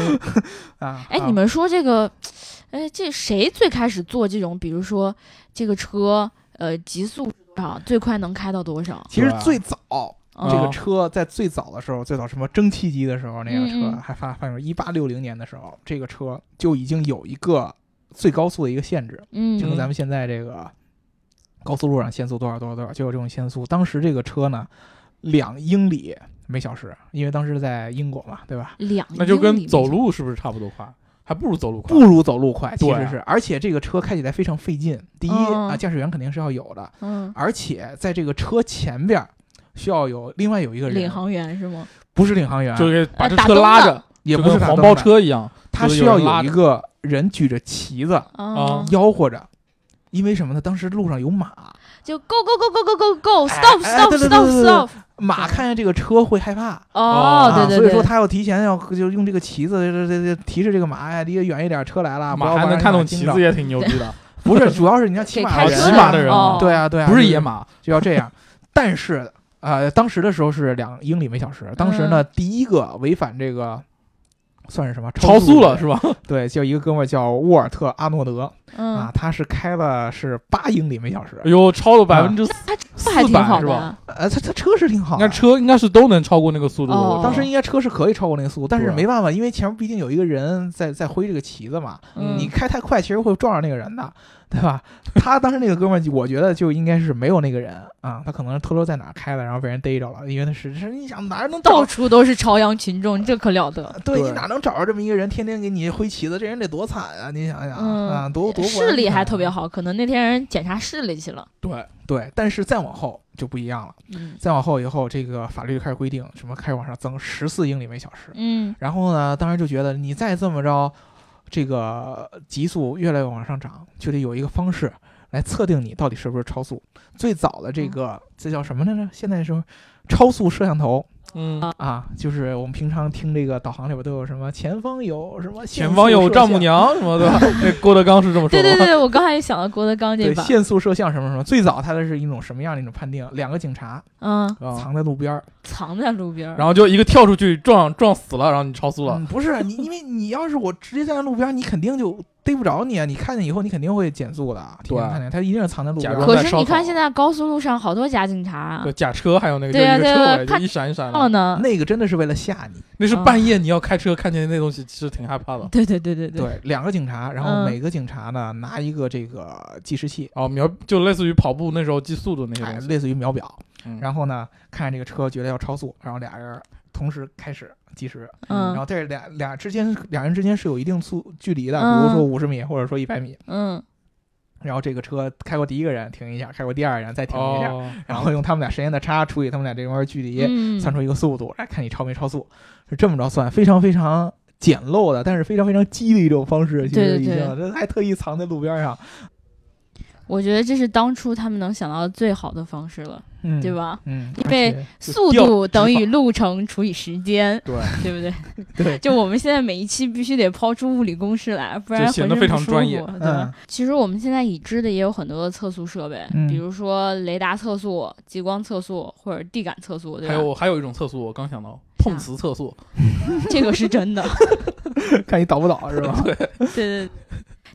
啊。
哎，
啊
你们说这个，哎，这谁最开始做这种，比如说这个车，呃，极速是多少，最快能开到多少？
其实
对啊
最早
嗯
这个车在最早的时候，最早什么蒸汽机的时候，那辆车
嗯嗯
还发发明一八六零年的时候，这个车就已经有一个最高速的一个限制，
嗯，
就跟咱们现在这个高速路上限速多少多少多少就有这种限速。当时这个车呢，两英里每小时，因为当时在英国嘛，对吧？
两
那就
英里
跟
每
走
小
路是不是差不多快？还不如走路快
不。如走路快，其
对
实是，而且这个车开起来非常费劲。第一
嗯
啊，驾驶员肯定是要有的，
嗯，
而且在这个车前边儿需要有另外有一个人，
领航员是吗？
不是领航员，
就给把
呃
这
打
车
灯
拉
的
着，
也
就
不是
跟
打
黄
灯
包
的，
车一样，
它
就是
需
有
要
人拉
有一
着
个人举着旗子
啊，
吆喝着，因为什么呢？当时路上有马，
就 go go go go go go go
哎
stop
哎
stop
对对
stop
对对
stop
马看见这个车会害怕。
哦，
啊，
对
所以
对
说
对，
他要提前要就用这个旗子，这这这提示这个马哎呀，离得远一点，车来了，不
马
要把
还能
人
看
马
懂
惊
旗
着
子，也挺牛 逼的，
不是，主要是你要骑
给
马
开
的
哦
车
人
骑马的人
哦
嘛，
对啊对啊，
不是
就
野马，
就要这样。但是，呃，当时的时候是两英里每小时。当时呢，
嗯
第一个违反这个算是什么
超速
的
了是吧？
对，就一个哥们儿叫沃尔特·阿诺德、
嗯
啊，，他是开了是八英里每小时
哎。呦，超了百
啊
分之
他车还挺好
400是
的
吧
啊，
呃，他他车是挺好
应
的
该。车应该是都能超过那个速度的。
哦
我
当时应该车是可以超过那个速度，但是
对啊
没办法，因为前面毕竟有一个人在在挥这个旗子嘛，
嗯
你开太快其实会撞上那个人的。对吧？ 他当时那个哥们儿，我觉得就应该是没有那个人啊，他可能是偷偷在哪儿开的，然后被人逮着了，因为他是是你想哪儿能找
到处都是朝阳群众，这可了得。
对你
对
哪能找着这么一个人，天天给你挥旗子，这人得多惨啊！你想想、
嗯
啊，多多不安
视力
全啊
还特别。好，可能那天人检查视力去了。
对，
对，但是再往后就不一样了，
嗯
再往后以后，这个法律开始规定什么开始往上增十四英里每小时。
嗯
然后呢，当时就觉得你再这么着，这个极速越来越往上涨，就得有一个方式来测定你到底是不是超速。最早的这个这叫什么来着？现在说超速摄像头
嗯
啊
啊，就是我们平常听这个导航里边都有什么前方有什么限
前方
速
有
摄
丈母
像
娘什么的，那郭德纲是这么说
对
的
对
吧。
对，我刚才也想到郭德纲这
对
版，
限速摄像什么什么，最早它的是一种什么样的一种判定？两个警察
嗯，
啊，
藏在路边儿，
藏在路边儿。
然后就一个跳出去撞撞死了，然后你超速了。
嗯，不是你，因为 你要是我直接站在路边儿，你肯定就逮不着你啊！你看见以后，你肯定会减速的啊，提前
对
看见，他一定是藏在路
假
边
装
儿。
可
在
是
烧
你看
烤
现在高速路上好多假警察啊
对，，假车还有那个，就
对
是
呀
一个
对
车
呀
尾就
看
一闪一闪
到
的，
呢。
那个真的是为了吓你。
那是
啊
半夜你要开车看见那东西，其实挺害怕的。
对对对对对，
对，两个警察，然后
嗯
每个警察呢拿一个这个计时器，
哦，瞄就类似于跑步那时候计速度那些
哎，
东西。
类似于秒表，
嗯
然后呢看这个车觉得要超速，然后俩人同时开始计时，然
嗯
后这俩俩之间俩人之间是有一定速距离的，比如说
嗯
五十米或者说一百米，
嗯
然后这个车开过第一个人停一下，开过第二个人再停一下，
哦，
然后用他们俩时间的差除以他们俩这块距离，
嗯，
算出一个速度，来看你超没超速，是这么着算，非常非常简陋的，但是非常非常鸡的一种方式，其
对
实
对
已经，
对
这还特意藏在路边上，
我觉得这是当初他们能想到最好的方式了，
嗯，
对？吧？
嗯，
因为
而
就
速
调
度
执
等
法
于路程除以时间，
对，
对不 对？
且对，
就我们现在每一期必须得抛出物理公式来，不然
就显得
浑身
非
不
常
舒
专业
服对吧？
嗯
其实我们现在已知的也有很多的测速设备，
嗯
比如说雷达测速、激光测速或者地感测速，对
还
吧？
有还有一种测速，我刚想到碰瓷测速，
这个是真的，
看你倒不倒是吧？
对对。对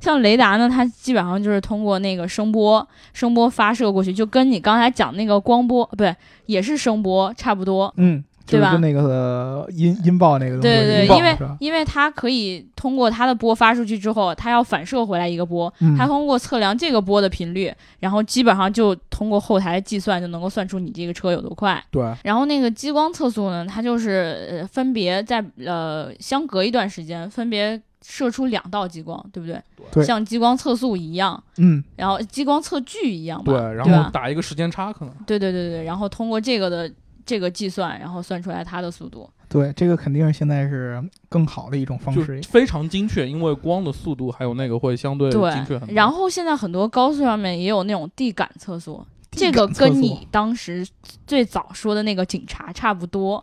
像雷达呢，它基本上就是通过那个声波，声波发射过去，就跟你刚才讲那个光波，不对，也是声波差不多。
嗯，就
对
是
吧
跟那个音音爆那个东西，
对对对，
音爆
因为
是吧
因为它可以通过它的波发出去之后，它要反射回来一个波，
嗯
它通过测量这个波的频率，然后基本上就通过后台的计算就能够算出你这个车有多快。
对，
然后那个激光测速呢，它就是呃分别在呃相隔一段时间分别射出两道激光，对不对？
对
像激光测速一样，
嗯
然后激光测距一样吧。
对，然后
吧
打一个时间差可能。
对对对对，然后通过这个的这个计算，然后算出来它的速度。
对，这个肯定是现在是更好的一种方
就
嗯
式，
非常精确，因为光的速度还有那个会相对精确很多。
然
后
后现在很多高速上面也有那种地感测速，这
地
个
感测
跟
速
你当时最早说的那个警察差不多，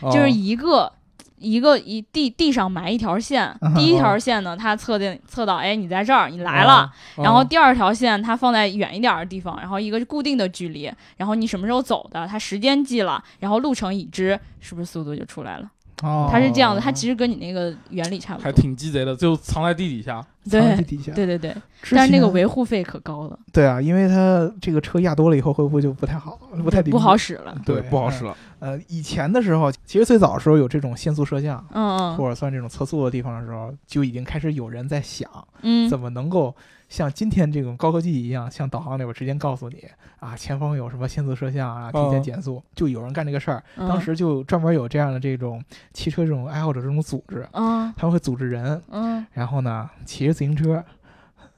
哦
就是一个。一个一地地上埋一条线
嗯，
第一条
哦
线呢，它测定测到，哎，你在这儿，你来了。，
哦
然
嗯
后第二条线它放在远一点的地方，然后一个固定的距离，然后你什么时候走的，它时间记了，然后路程已知，是不是速度就出来了？
哦，
它是这样的，它
哦
其实跟你那个原理差不
还
多。
挺鸡贼的，就藏在地底下。
藏地
对
底下，
对对对，
之
但是那个
前
维护费可高了，
对啊，因为它这个车压多了以后会不会就不太好，不太
不好
使，
使了。
对，
不好
嗯
使了。
呃，以前的时候，其实最早的时候有这种限速摄像，
嗯
或者算这种测速的地方的时候，就已经开始有人在想，
嗯嗯，
怎么能够像今天这种高科技一样，像导航里边直接告诉你啊，前方有什么限速摄像啊，提前
嗯
减速，就有人干这个事儿。
嗯
当时就专门有这样的这种汽车这种爱好者这种组织，
嗯
他们会组织人，
嗯
然后呢，骑着自行车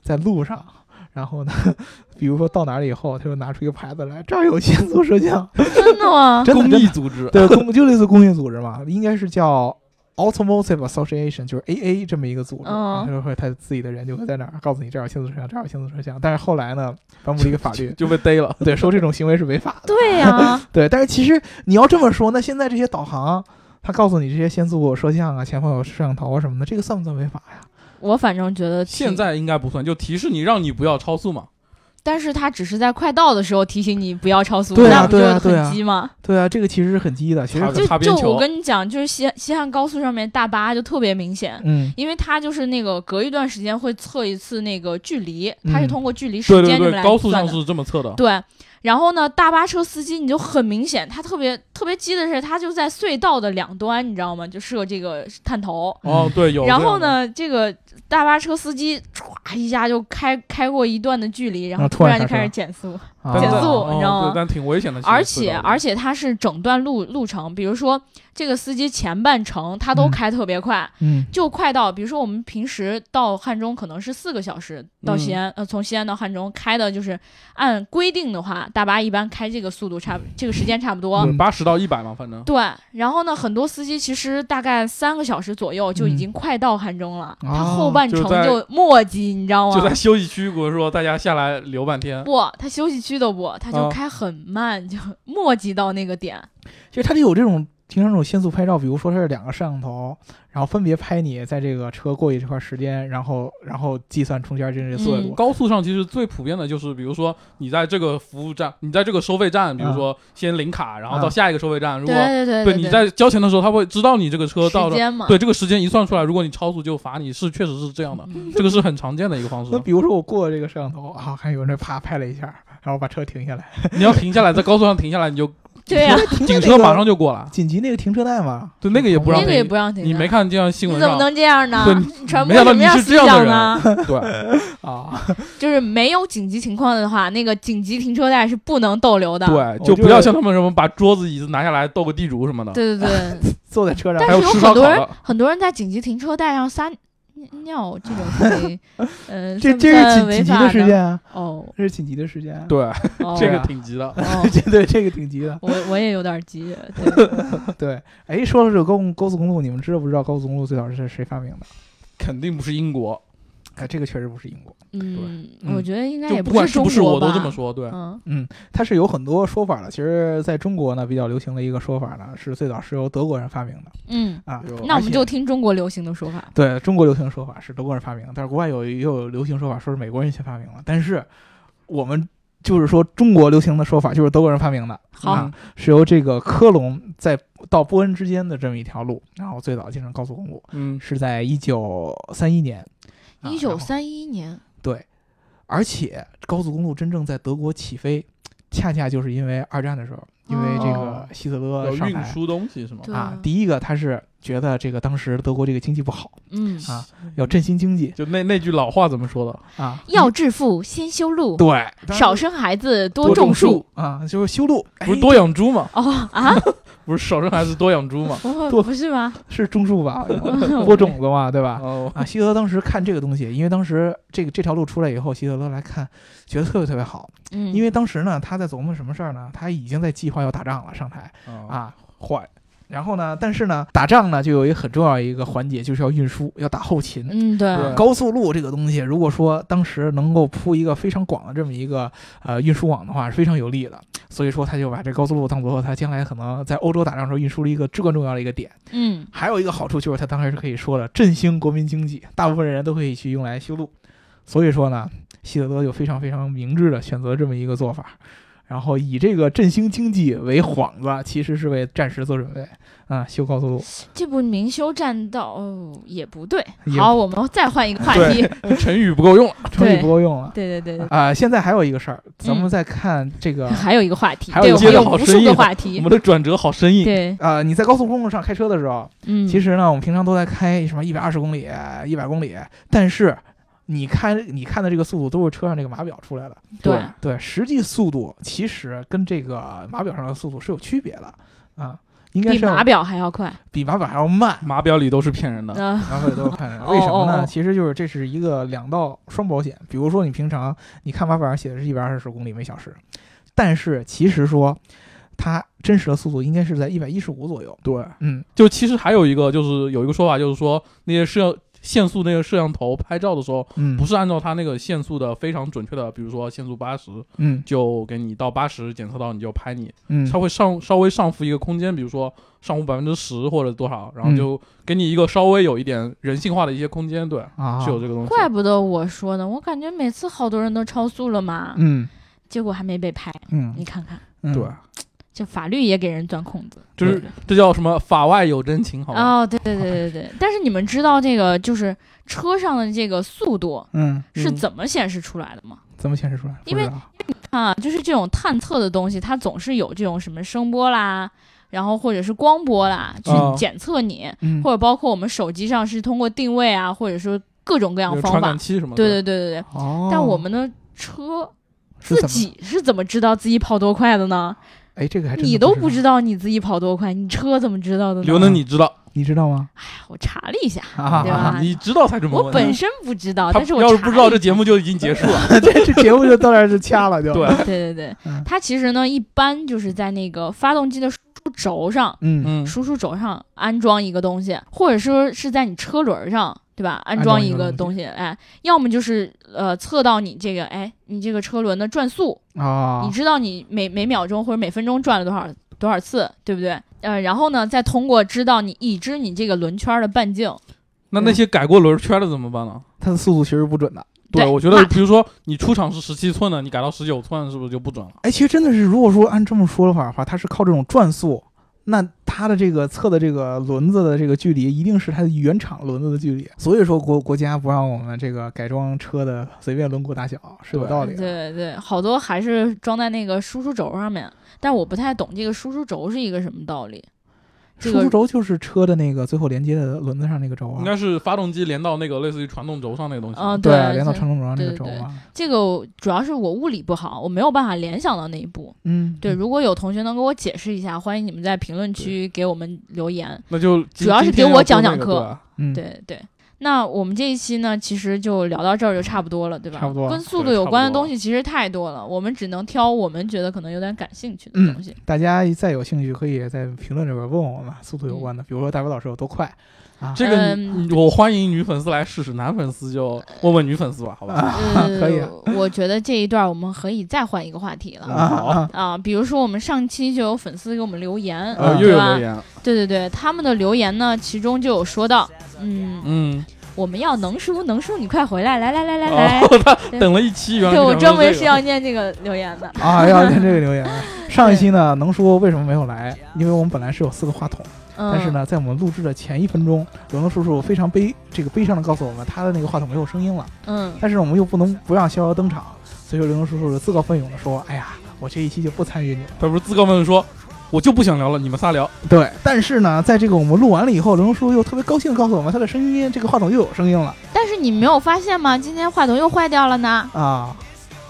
在路上，然后呢， 比如说到哪里以后，他就拿出一个牌子来，这儿有限速摄像，
真的吗？
真的
公
真
益
的
组织，，
对，工就类似工业组织嘛，应该是叫 Automotive Association，就是 AA 这么一个组织，
嗯
他就会他自己的人就会在那儿告诉你这儿有限速摄像，这儿有限速摄像。但是后来呢，颁布了一个法律
就被 逮了。
对，说这种行为是违法的。
对呀、
对，但是其实你要这么说，那现在这些导航，他告诉你这些限速摄像啊、前方有摄像头啊什么的，这个算不算违法呀？
我反正觉得挺
现，在应该不算，就提示你让你不要超速嘛。
但是他只是在快到的时候提醒你不要超速，
对啊
那不
对啊
就
对啊
很鸡吗？
对啊，这个其实是很鸡的，其实
他
很
擦
就
边
就
球
我跟你讲，就是西西汉高速上面大巴就特别明显。
嗯
因为它就是那个隔一段时间会测一次那个距离，
嗯
它是通过距离时
对对
间这么
嗯对，
来
高速
算
上
的。
是这么测的。
对，然后呢，大巴车司机你就很明显，他特别特别鸡的是，他就在隧道的两端，你知道吗？就设这个探头。
哦，
嗯
对，有。
然后？呢，这个大巴车司机唰一下就开开过一段的距离，然后
然后
突
突
然
然
就
刹车
开始减速，
啊
减速
哦
你知道吗
对，但挺危险的。
而且而
且，
且他是整段路路程，比如说这个司机前半程他都
嗯
开特别快，
嗯
就快到，比如说我们平时到汉中可能是四个小时到西安，呃，从西安到汉中开的就是按规定的话，大巴一般开这个速度差不，这个时间差不多。
嗯
八十到一百嘛，反正。
对，然后呢，很多司机其实大概三个小时左右就已经快到汉中了，
哦
他后半程
嗯就在
就磨叽，你知道
就在
吗？
休息区，我说大家下来留半天。
不，他休息区都不，他就
啊
开很慢，就磨叽到那个点。
其实它就有这种经常这种限速拍照，比如说它是两个摄像头，然后分别拍你在这个车过去这块时间，然后然后计算中间这些速
嗯
度。
高速上其实最普遍的就是，比如说你在这个服务站，你在这个收费站，
嗯
比如说先领卡，然后到下一个收费站，如
对
果
对对
对
对，
你在交钱的时候，他会知道你这个车到
时
了，
间嘛，
对这个时间一算出来，如果你超速就罚你，是确实是这样的，
嗯
这个是很常见的一个方式
那。比如说我过这个摄像头啊，看有人啪拍了一下，然后把车停下来，
你要停下来，在高速上停下来，你就
对呀、
停在
警
那
车
个
马上就过来。
紧急那个停车带嘛，
嗯对，那个也不让
那
停，
个也不让停的。
你没看这样新
你
闻
怎么
上？
能这样呢
对？
你传播
没想到
什
你
么样
是
思
这样的
想
人
呢？
对，
啊，
就是没有紧急情况的话，那个紧急停车带是不能逗留的。
对，
我
就
就
不要
是
像他们什么把桌子椅子拿下来斗个地主什么的。
对对 对
坐在车上
但
还
是
有
有很
吃烧烤
多人
的，
很多人在紧急停车带上撒尿尿，这种是被，呃，算
这
不
这是
算
紧
违
紧急
法
的事件啊，
哦。
这是紧急的事件啊。
对，
哦
这个
啊
挺急的。
哦
对对，这个挺急的。
我我也有点急，对，
对，哎，说到这个高高速公路，你们知道不知道高速公路最早是谁发明的？
肯定不是英国，
哎，这个确实不是英国，
嗯，
嗯
我觉得应该
就
也
不管是
中
不是
国
我
吧，
都这么说，对，
嗯，
它是有很多说法的。其实在中国呢，比较流行的一个说法呢，是最早是由德国人发明的
嗯
啊。
有
那我
而
们
且
就听中国流行的说法，
对中国流行的说法是德国人发明的，啊但是国外有也有流行说法说是美国人先发明了，但是我们就是说中国流行的说法就是德国人发明的，
好
啊，是由这个科隆在到波恩之间的这么一条路，然后最早建成高速公路
嗯，
是在一九三一年，啊
一九，三一年，
然后而且高速公路真正在德国起飞，恰恰就是因为二战的时候，因为这
哦
个希特勒
有
上
运
台。
输东西是吗？
对
啊，第一个他是觉得这个当时德国这个经济不好，
嗯，
啊要振兴经济
就那那句老话怎么说的？
啊，
要致富先修路，
对
少生孩子多
多种
种树
树
啊，就是修路，
不是
哎
多养猪吗？
哦啊，
不是少生孩子多养猪吗？
不
多
会不是吗？
是种树 吧，播种子嘛，对吧？
哦，
啊，希特勒当时看这个东西，因为当时这个这条路出来以后，希特勒来看，觉得特别特别好，
嗯，
因为当时呢，他在琢磨什么事儿呢？他已经在计划要打仗了，上台
啊，
啊，
坏，
然后呢，但是呢，打仗呢就有一个很重要一个环节，就是要运输，要打后勤，
嗯对，
对
啊高速路这个东西，如果说当时能够铺一个非常广的这么一个呃运输网的话，是非常有利的。所以说，他就把这高速路当做他将来可能在欧洲打仗的时候运输了一个至关重要的一个点。
嗯
还有一个好处就是，他当时是可以说了振兴国民经济，大部分人都可以去用来修路。所以说呢，希特勒就非常非常明智的选择这么一个做法，然后以这个振兴经济为幌子，其实是为战时做准备啊，修高速路。
这部明修栈道、哦、也不对。
也
好，我们再换一个话题。对
成语不够用了。
成语
对
不够用了
对对对
啊、现在还有一个事儿，咱
嗯
们再看这个。
还有一个话题，
还有
对我们
一个接
有
着好
无
生
数
硬
个
啊
话
我
题。
们的转折好生硬。
对，
呃，你在高速公路上开车的时候，
嗯，
其实呢，我们平常都在开什么一百二十公里、一百公里，但是你开你看的这个速度都是车上这个码表出来的，
对
对，实际速度其实跟这个码表上的速度是有区别的啊，应该
比
是要啊
码表还要快。
比码表还要慢。
码表里都是骗人的，
嗯、
然后也都 看人，为什么
哦哦哦
呢？其实就是这是一个两道双保险。比如说你平常你看码表上写的是一百二十公里每小时，但是其实说它真实的速度应该是在一百一十五左右。
对，
嗯，
就其实还有一个，就是有一个说法，就是说那些摄限速那些摄像头拍照的时候，
嗯
不是按照它那个限速的非常准确的，比如说限速八十，
嗯
就给你到八十检测到你就拍你，
嗯，
它会上稍微上浮一个空间，比如说上浮百分之十或者多少，然后
嗯
就给你一个稍微有一点人性化的一些空间，对，
啊，
是有这个东西。
怪不得我说呢，我感觉每次好多人都超速了嘛，
嗯
结果还没被拍。你
嗯，
看看，
嗯
对，
这法律也给人钻空子。
就是这叫什么法外有真情，好吧？
哦，对对对对对。但是你们知道这个就是车上的这个速度
嗯，
是
嗯
怎么显示出来的吗？
怎么显示出来？
因为
不知道
啊，就是这种探测的东西，它总是有这种什么声波啦，然后或者是光波啦，去
哦
检测你，
嗯
或者包括我们手机上是通过定位啊，或者说各种各样
有
方
传
法
感。器什么的。
对对对对对。
哦，
但我们的车
是
自
怎么
己是怎么知道自己跑多快的呢？
哎，这个还真的
你都
不
不知
道，
道你自己跑多快，你车怎么知道的呢？哎
刘能，你知道
你知道吗？
我查了一下，
啊
对 吧？
你知道才这么
我
问的。
本身不知道，
他
但是我
要是
查
不知
了
道，
一
这节目就已经结束了。
这这节目就到这儿就掐了，就
对，，
对对对
嗯，
它其实呢，一般就是在那个发动机的输出轴上，
嗯，
嗯，
输出轴上安装一个东西，或者说是在你车轮上，对吧？安装一个东西，哎，要么就是呃测到你这个，哎，你这个车轮的转速，
啊
你，知道你每每秒钟或者每分钟转了多少多少次，对不对？呃，然后呢，再通过知道你已知你这个轮圈的半径，
那那些改过轮圈的怎么办呢？
它的速度其实不准的。
对
我觉
骂
得，比如说你出厂是十七寸的，你改到十九寸是不是就不准了？
哎，其实真的是，如果说按这么说的话的话，它是靠这种转速，那它的这个测的这个轮子的这个距离，一定是它原厂轮子的距离。所以说国国家不让我们这个改装车的随便轮毂大小是有道理啊
对
的。
对对，好多还是装在那个输出轴上面，但我不太懂这个输出轴是一个什么道理。这
输
个
出轴就是车的那个最后连接的轮子上那个轴啊，
应该是发动机连到那个类似于传动轴上那个东西。
嗯，
对啊，
对
连到
对
传动轴上那个
对
轴啊
对
嘛。
这个我主要是我物理不好，我没有办法联想到那一步。
嗯，
对，如果有同学能给我解释一下，欢迎你们在评论区给我们留言。
那就
主要是给我讲讲课
课。
嗯，
对对，那我们这一期呢，其实就聊到这儿就差不多了，对吧？
差不多
跟速度
对
有
差不
关的
多
东西其实太多了，我们只能挑我们觉得可能有点感兴趣的
嗯
东 西。
大家再有兴趣可以在评论里边问我们速度有关的，比如说大伟老师有多快啊？
这个你，
嗯
你我欢迎女粉丝来试试，男粉丝就问问女粉丝吧，好吧？
呃，
可以啊
我觉得这一段我们可以再换一个话题了。
嗯好，
啊，比如说我们上期就有粉丝给我们留言，
呃，
嗯
又
对
有
吧
留？言，
对对对，他们的留言呢，其中就有说到，嗯，
嗯，
我们要能叔，能叔你快回来，来来来来来，
哦，他等了一期，原来
对我
想说
专门
这
是
个
要念这个留言的。
啊，要看这个留言。上一期呢，能说为什么没有来？因为我们本来是有四个话筒，
嗯，
但是，呢，在我们录制的前一分钟，刘能叔叔非常悲这个悲伤的告诉我们，他的那个话筒没有声音了。
嗯，
但是我们又不能不让逍遥登场，所以说刘能叔叔就自告奋勇的说：“哎呀，我这一期就不参与你们。
他不是自告奋勇说，我就不想聊了，你们仨聊。”
对，但是呢，在这个我们录完了以后，刘能叔叔又特别高兴的告诉我们，他的声音这个话筒又有声音了
但是你没有发现吗？今天话筒又坏掉了呢，
啊，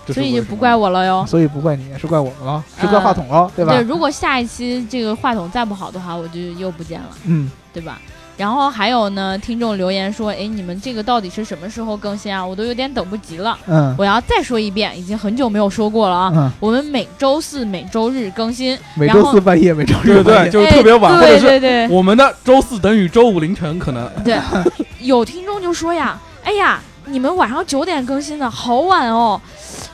这是
所以就
为什
不
么
怪我了哟。
所以不怪你，是怪我们了，是怪话筒了，对吧？
如果下一期这个话筒再不好的话，我就又不见了，
嗯，
对吧？然后还有呢，听众留言说，哎，你们这个到底是什么时候更新啊？我都有点等不及了。
嗯
我要再说一遍，已经很久没有说过了啊。
嗯，
我们每周四、每周日更新，
每
然
周
后
四半夜，每周
对
日半
对，
夜，
就是特别晚，
哎
或者
对
是
对对，
我们的周四等于周五凌晨，可能
对，有听众就说呀，哎呀，你们晚上九点更新的好晚哦。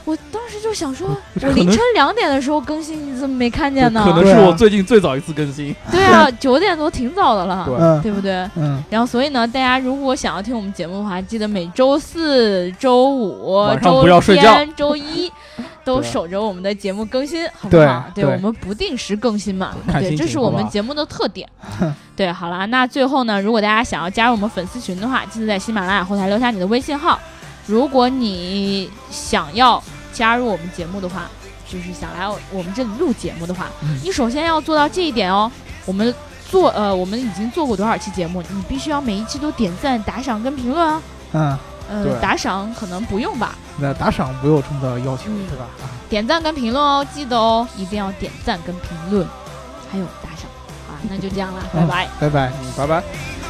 我当时就想说，我
哦可
凌
能
晨两点的时候更新，你怎么没看见呢
可？能
对
是
啊
我最近最早一次更新。
对啊，九点多挺早的了，
啊
嗯
对不对？
嗯，
然后所以呢，大家如果想要听我们节目的话，记得每周四周五
晚、上
周
不要睡觉
天、周一都
对啊
守着我们的节目更新，好不好？对，
对对
我们不定时更新嘛，
看
对，
心
这
情
是我
好啊
们
不好
节目的特点。 对，好啦，那最后呢，如果大家想要加入我们粉丝群的话，记得在喜马拉雅后台留下你的微信号。如果你想要加入我们节目的话，就是想来我们这里录节目的话，
嗯
你首先要做到这一点哦。我们做呃，我们已经做过多少期节目，你必须要每一期都点赞、打赏跟评论啊。
嗯，
呃，
对
打赏可能不用吧，
那打赏不用这么的要求，
嗯
对吧？啊
点赞跟评论哦，记得哦，一定要 点赞跟评论，还有打赏。啊，那就这样啦，拜拜。
拜拜。
嗯，拜拜。
I